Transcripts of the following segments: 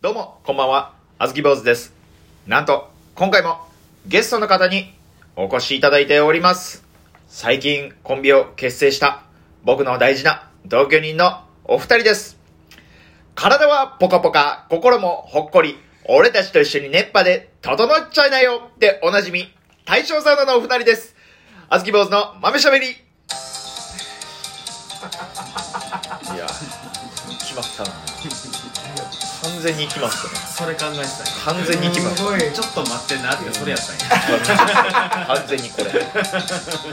どうも、こんばんは。あずき坊主です。なんと、今回もゲストの方にお越しいただいております。最近コンビを結成した僕の大事な同居人のお二人です。体はポカポカ、心もほっこり、俺たちと一緒に熱波で整っちゃいなよっておなじみ、大正サウナのお二人です。あずき坊主の豆しゃべり。いや、決まったな。完全に決まったね。それ考えてた完全に決まったすごいちょっと待ってなってそれやったんや完全にこれ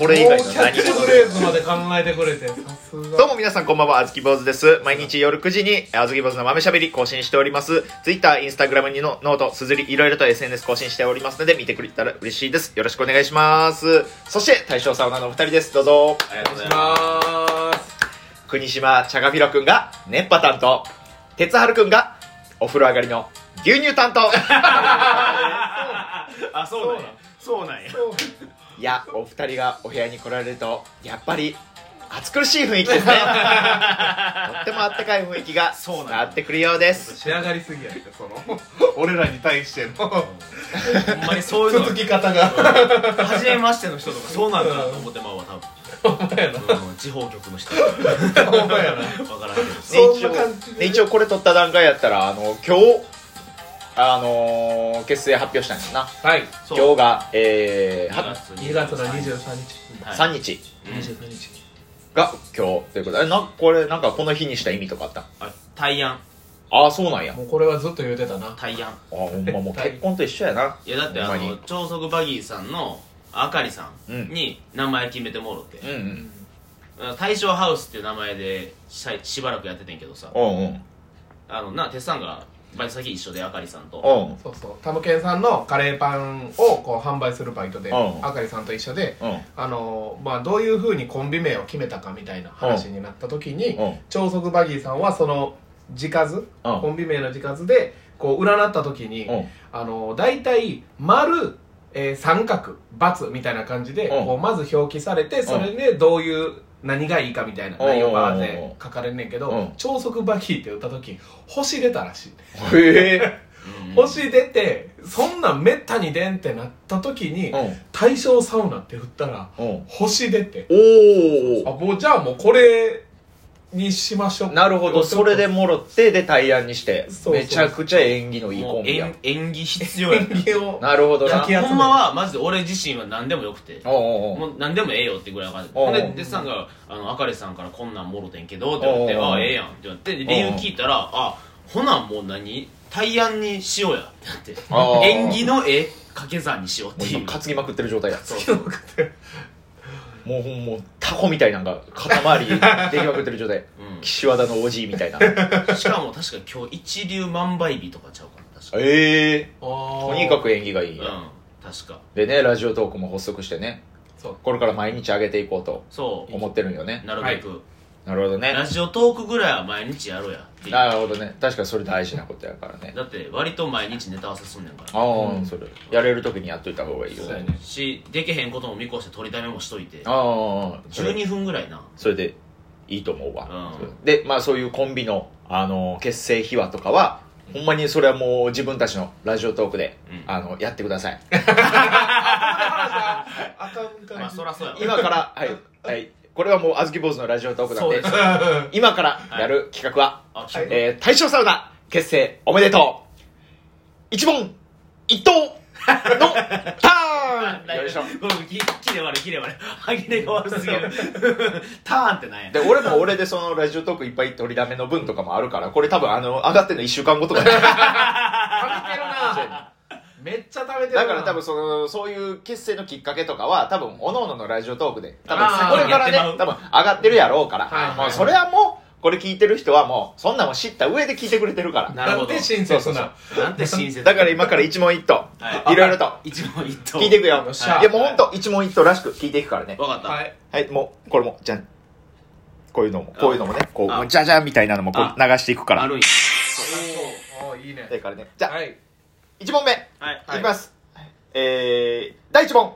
これ以外の何ももフレーズまで考えてくれてさすどうも皆さんこんばんは、あずき坊主です。毎日夜9時に、あずき坊主の豆しゃべり更新しております。Twitter、Instagram にのノート、すずり、いろいろと SNS 更新しておりますので、見てくれたら嬉しいです。よろしくお願いします。そして、大正サウナのお二人です。どうぞ。ありがとうございまます国島茶賀ひろくんが熱波担当。哲春くんがお風呂上がりの牛乳担当。す。あ、そうなんや。そうなんや。いや、お二人がお部屋に来られると、やっぱり、暑苦しい雰囲気 ですね。とってもあったかい雰囲気がそうなん伝だわってくるようです。仕上がりすぎやってその俺らに対してのほんまにそういうの続き方が初めましての人とかそうなんかなと思ってまうわ多分うん地方局の人とかほんまやな分からんけどねそん一な応感じね一応これ撮った段階やったら、あの、今日、あのー結成発表したんですな。はいそう今日が、えー、は2月の23日は3い日23日が今日ということで、えな、これなんかこの日にした意味とかあったあ対案ああ、そうなんや。あもうこれはずっと言うてたな対案ーほんまもう結婚と一緒やな。いやだってほあんまのに超速バギーさんのあかりさんに名前決めてもろてうんうん。大正ハウスっていう名前でししばらくやっててんけどさうんうん。あのな鉄さんがバイト先一緒であかりさんとうんうん。そうそうタムケンさんのカレーパンをこう販売するバイトでうんあかりさんと一緒でうん。あのまあどういうふうにコンビ名を決めたかみたいな話になった時にうん超速バギーさんはその字数うんコンビ名の字数でこう占った時にうん。あの大体丸、えー三角×みたいな感じで、うんこうまず表記されてそれでどういう何がいいかみたいなうん内容があって書かれんねんけど「うん超速バキー」って歌った時星出たらしい、へえ。うん星出てそんなんめったに出んってなった時に、うん。大正サウナって振ったらうん。星出てあおもうじゃあもうこれにしましょおうなるほどそれでもろってで対案にしてそうそうめちゃくちゃ演技のいいコもンうビや演演技必要やな演技をなるほどな抱き合ほんまはマジで俺自身は何でもよくておうおうおうもう何でもええよってぐらいの感じおうほんでデスさんが「あのあかりさんからこんなんもろてんけど」って言ってお「うおうああええやん」って言ってで理由聞いたら「あほなんもう何対案にしようや」ってあなっーて演技の絵掛け算にしようっもてういう今担ぎまくってる状態やそうそうもうほんもうタコみたいなんが肩周りできまくってる状態うん 岸和田のおじいみたいなしかも確か今日一流万倍日とかちゃうかな確かええととにかく演技がいいうん確かでねラジオトークも発足してねそうこれから毎日上げていこうとそ思ってるんよねうなるべくなるほどねラジオトークぐらいは毎日やろうやっていうなるほどね確かにそれ大事なことやからねだって割と毎日ネタ合わせすんねんからああ、それやれる時にやっといた方がいいよそうやねしでけへんことも見越して取りためもしといてああそれ12分ぐらいなそれでいいと思うわ、うんでまあそういうコンビの、あの結成秘話とかはほんまにそれはもう自分たちのラジオトークで、うんあのやってくださ いあかんかまあらそらそうや今からはい、はい、これはもうあずき坊主のラジオトークなんでそう 今からやる企画は、あ聞くえー大正サウナ結成おめでとう一問一答 のターンよいしょごめんききれ悪いきれ悪い歯切れが悪すぎる ターンってなんやで俺も俺でそのラジオトークいっぱい取りだめの分とかもあるからこれ多分あの上がってんの1週間後とかに食べてるなめっちゃ食べてるなだから多分そのそういう結成のきっかけとかは多分おのおののラジオトークで多分あーこれからやってまねう多分上がってるやろうから、はいはいもうそれはもうこれ聞いてる人はもうそんなもん知った上で聞いてくれてるからなるほどなんて親切ななんて親切だから今から一問一答、はいいろいろと一問一答聞いていくよ、よっいしゃやもうほんと一問一答らしく聞いていくからね分かった、はいはいもうこれもじゃんこういうのもこういうのもねこうあもうじゃじゃんみたいなのもこう流していくからあるんやおおいいねだからねじゃあ、はい一問目、はいい、きますえー、第一問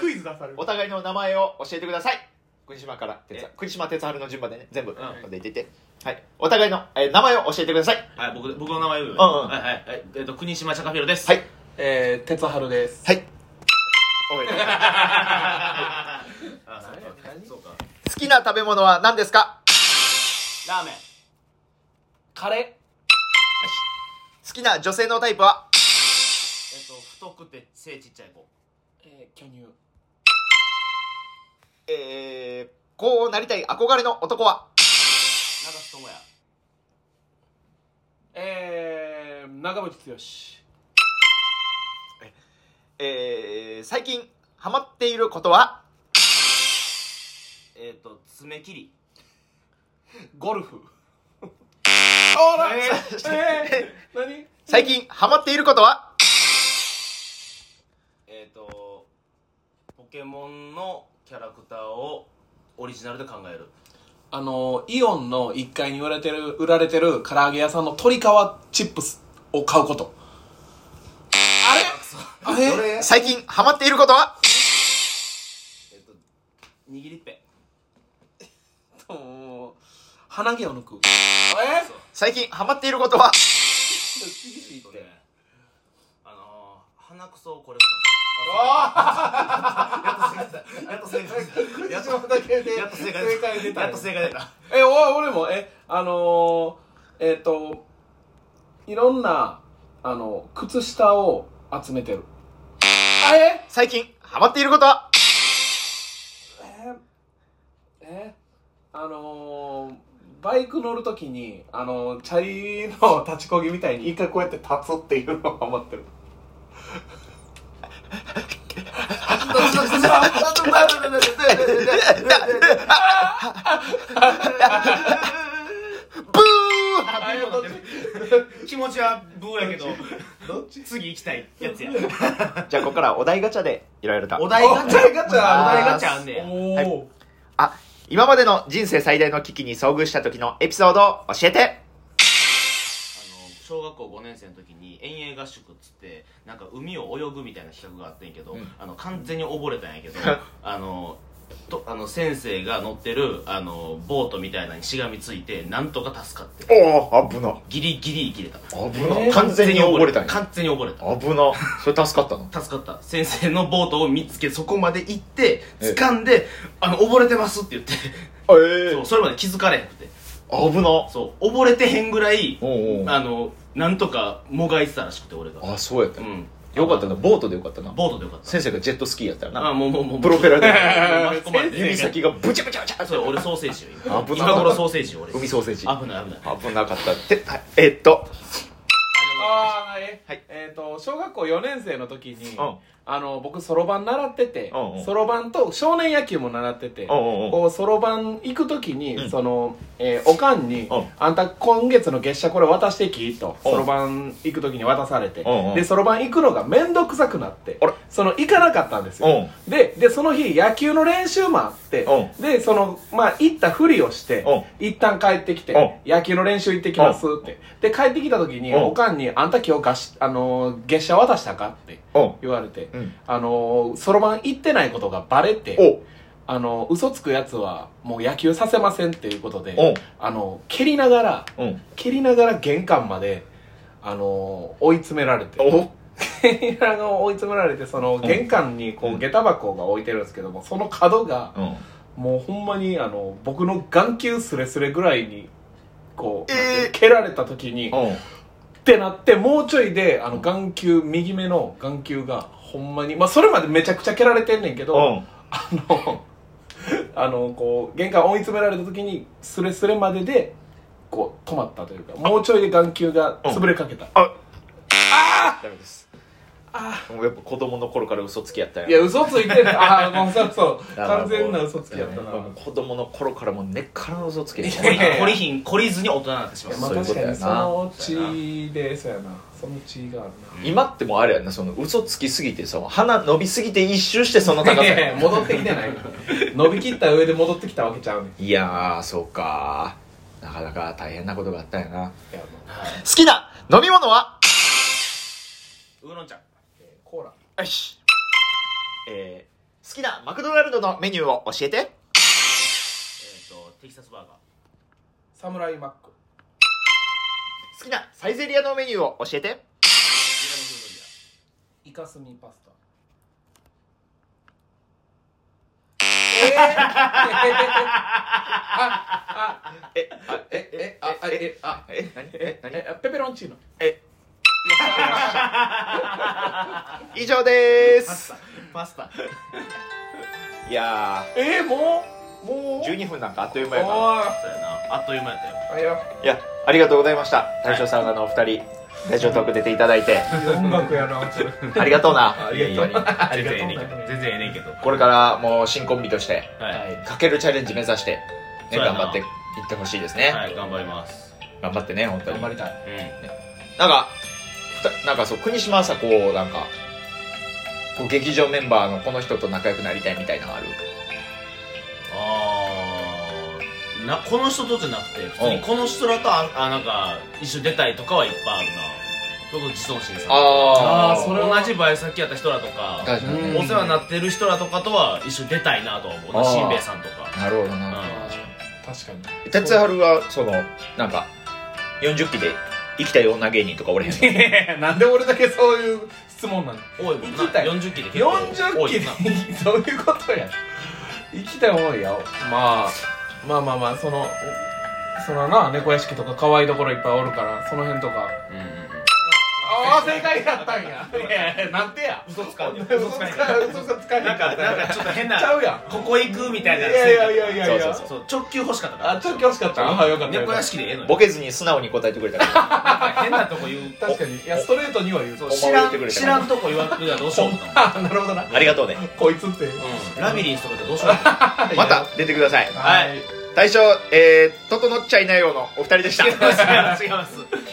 クイズ出されるお互いの名前を教えてください国島から哲也国島哲治の順番でね全部ん出ていってはいお互いの、えー名前を教えてくださいはい、僕、僕の名前を言うよ。うんうんはい、はい、はい。えっと、国島チャカフィロです。はい。えー、哲春です。はいおめでとう あ、そうか何。そうか。好きな食べ物は何ですかラーメン。カレ好きな女性のタイプはえっと、太くて背ちっちゃい子。ー、えー、巨乳。えー、こうなりたい憧れの男は長瀬智也。えー、長渕剛。えー、最近ハマっていることはえっと、爪切り。ゴルフ。あら、ええー、ーえー、何最近ハマっていることはえっと、ポケモンのキャラクターをオリジナルで考える。あの、イオンの1階に売られてる、売られてる唐揚げ屋さんの鶏皮チップスを買うこと。あれあれ最近ハマっていることはえっと、握りっぺ。もう鼻毛を抜く。そう。最近ハマっていることはえっとね、あのー、鼻くそをこれ。 やっと正解だ。やっと正解だ。やっと正解正解出たやっと正解出た。え、お俺も、え、あのー、えっ、と、いろんな、あの、靴下を集めてる。あれ最近ハマっていることはええあのー、バイク乗るときに、あのー、チャリの立ちこぎみたいに一回こうやって立つっていうのをハマってる。ブー気持ちはブーやけど、どっち次行きたいやつや。じゃあここからお題ガチャでいろいろとお題ガチャ。お題ガチャお題ガチャあんねや。おー、あ今までの人生最大の危機に遭遇した時のエピソードを教えてあの小学校5年生の時に遠泳合宿っつってなんか海を泳ぐみたいな企画があってんけど、あの完全に溺れたんやけどあのとあの先生が乗ってるあのボートみたいなのにしがみついてなんとか助かっておお危なギリギリ生きれた危えーんや完全に溺れた危なそれ助かったの助かった先生のボートを見つけそこまで行って掴んで「あの溺れてます」って言ってえそうそれまで気づかれへんくてえ危なそう溺れてへんぐらいおうおうあのなんとかもがいてたらしくて俺があそうやったうんよかったなボートでよかったなボートでよかった先生がジェットスキーやったよあなもうもうもうプロペ ラで巻き込まれて指先がブチャブチャブチャそう俺ソーセージよ今危ない今頃ソーセージよ俺海ソーセージ危ない危ない危なかったって はいえっとあーえはいえー、と小学校4年生の時に、うんあの僕そろばん習っててうんうんそろばんと少年野球も習っててうんうんうんこうそろばん行く時に、うんその、えーおかんに、うんあんた今月の月謝これ渡してき」とうんそろばん行く時に渡されて、うんうんでそろばん行くのが面倒くさくなってあらその行かなかったんですよ、うんででその日野球の練習もあってうでそのまあ行ったふりをしてう一旦帰ってきてう野球の練習行ってきますってで帰ってきた時にうんおかんに「あんた今日がしあのー月謝渡したか?」ってうん言われてうんあのそろばん行ってないことがバレておあのー嘘つくやつはもう野球させませんっていうことうでんあのー蹴りながらうん蹴りながら玄関まであのー追い詰められておテラが追い詰められてその玄関にこううん下駄箱が置いてるんですけどもその角がうんもうほんまにあの僕の眼球すれすれぐらいにこう、えー蹴られた時にっうんてなってもうちょいであの眼球右目の眼球がほんまにまあそれまでめちゃくちゃ蹴られてんねんけどうんあの あのこう玄関追い詰められた時にすれすれまででこう止まったというかもうちょいで眼球が潰れかけたダメですあもうやっぱ子供の頃から嘘つきやったんいや、嘘ついてる。ああ、もうそうそう。だからもう完全な嘘つきやったな。もう子供の頃からもう根っからの嘘つきやった懲りいやいや懲りひん懲りずに大人になってしまいやうまあそういうこと確かやなにそのうちで、そうやな。そのうちがある今ってもうあれやんなその嘘つきすぎてさ鼻伸びすぎて一周してその高な。さいややいや 戻ってきてない。伸びきった上で戻ってきたわけちゃうねん。いいやーそうかなかなか大変なことがあったんやなや、もう好きな飲み物はウーロン茶えーコーラ。よしえー、好きなマクドナルドのメニューを教えてテキサスバーガーサムライマック好きなサイゼリアのメニューを教えてミラノ風ドリアイカスミパスタ えあええああえあえ何え何えペペロンチーノえ以上ですパスタいやえー、もうもうー12分なんかあっという間やなおいそうやなあっという間やったよあいやいやありがとうございました大将さんがあのお二人大将トーク出ていただいていや音楽やなありがとうなありがとう全然ええねんけありがとうど全然ええねんけどこれからもう新コンビとしてはいかけるチャレンジ目指して、ね、そうや頑な張っていってほしいですね、はい頑張ります頑張ってね本当に頑なん張りたいうんかふたなんかそう国島朝こうなんかこう劇場メンバーのこの人と仲良くなりたいみたいなのあるあーなこの人とじゃなくて普通にこの人らとああなんか一緒に出たいとかはいっぱいあるなそれこそ自尊心さんあーあーそれは同じバイト先やった人らとか大丈夫ね、うんお世話になってる人らとかとは一緒に出たいなとは思うなあーしんべヱさんとかなるほどな、うん確かに哲春はそのなんか40期で生きたい女芸人とかおれへん のいやいや なんで俺だけそういう質問なの多いもんな行きたい40期で結構40多い期よでなどういうことや生きたい思いやまあまあまあまあそのそのな猫屋敷とか可愛いところいっぱいおるからその辺とかうんうんうんああ正解だったんやいやいやなんてや嘘つかんねん嘘つか嘘つかなんかなんかちょっと変なちゃうやんここ行くみたいないやいやいやいやいやそうそうそう直球欲しかったからあちょっと惜しかったああよかったよ猫か屋っ敷でええのよボケずに素直に答えてくれたからなんか変なとこ言うた確かにいやストレートには言うそうお前知言らってくんれた知かららんとこ言われてたらどうしようもないあなる ほどなありがとうねこいつってうんラビリンスとかってどうしようもない また出てくださいはい 大将えー、整っちゃいないようのお二人でした 違います違います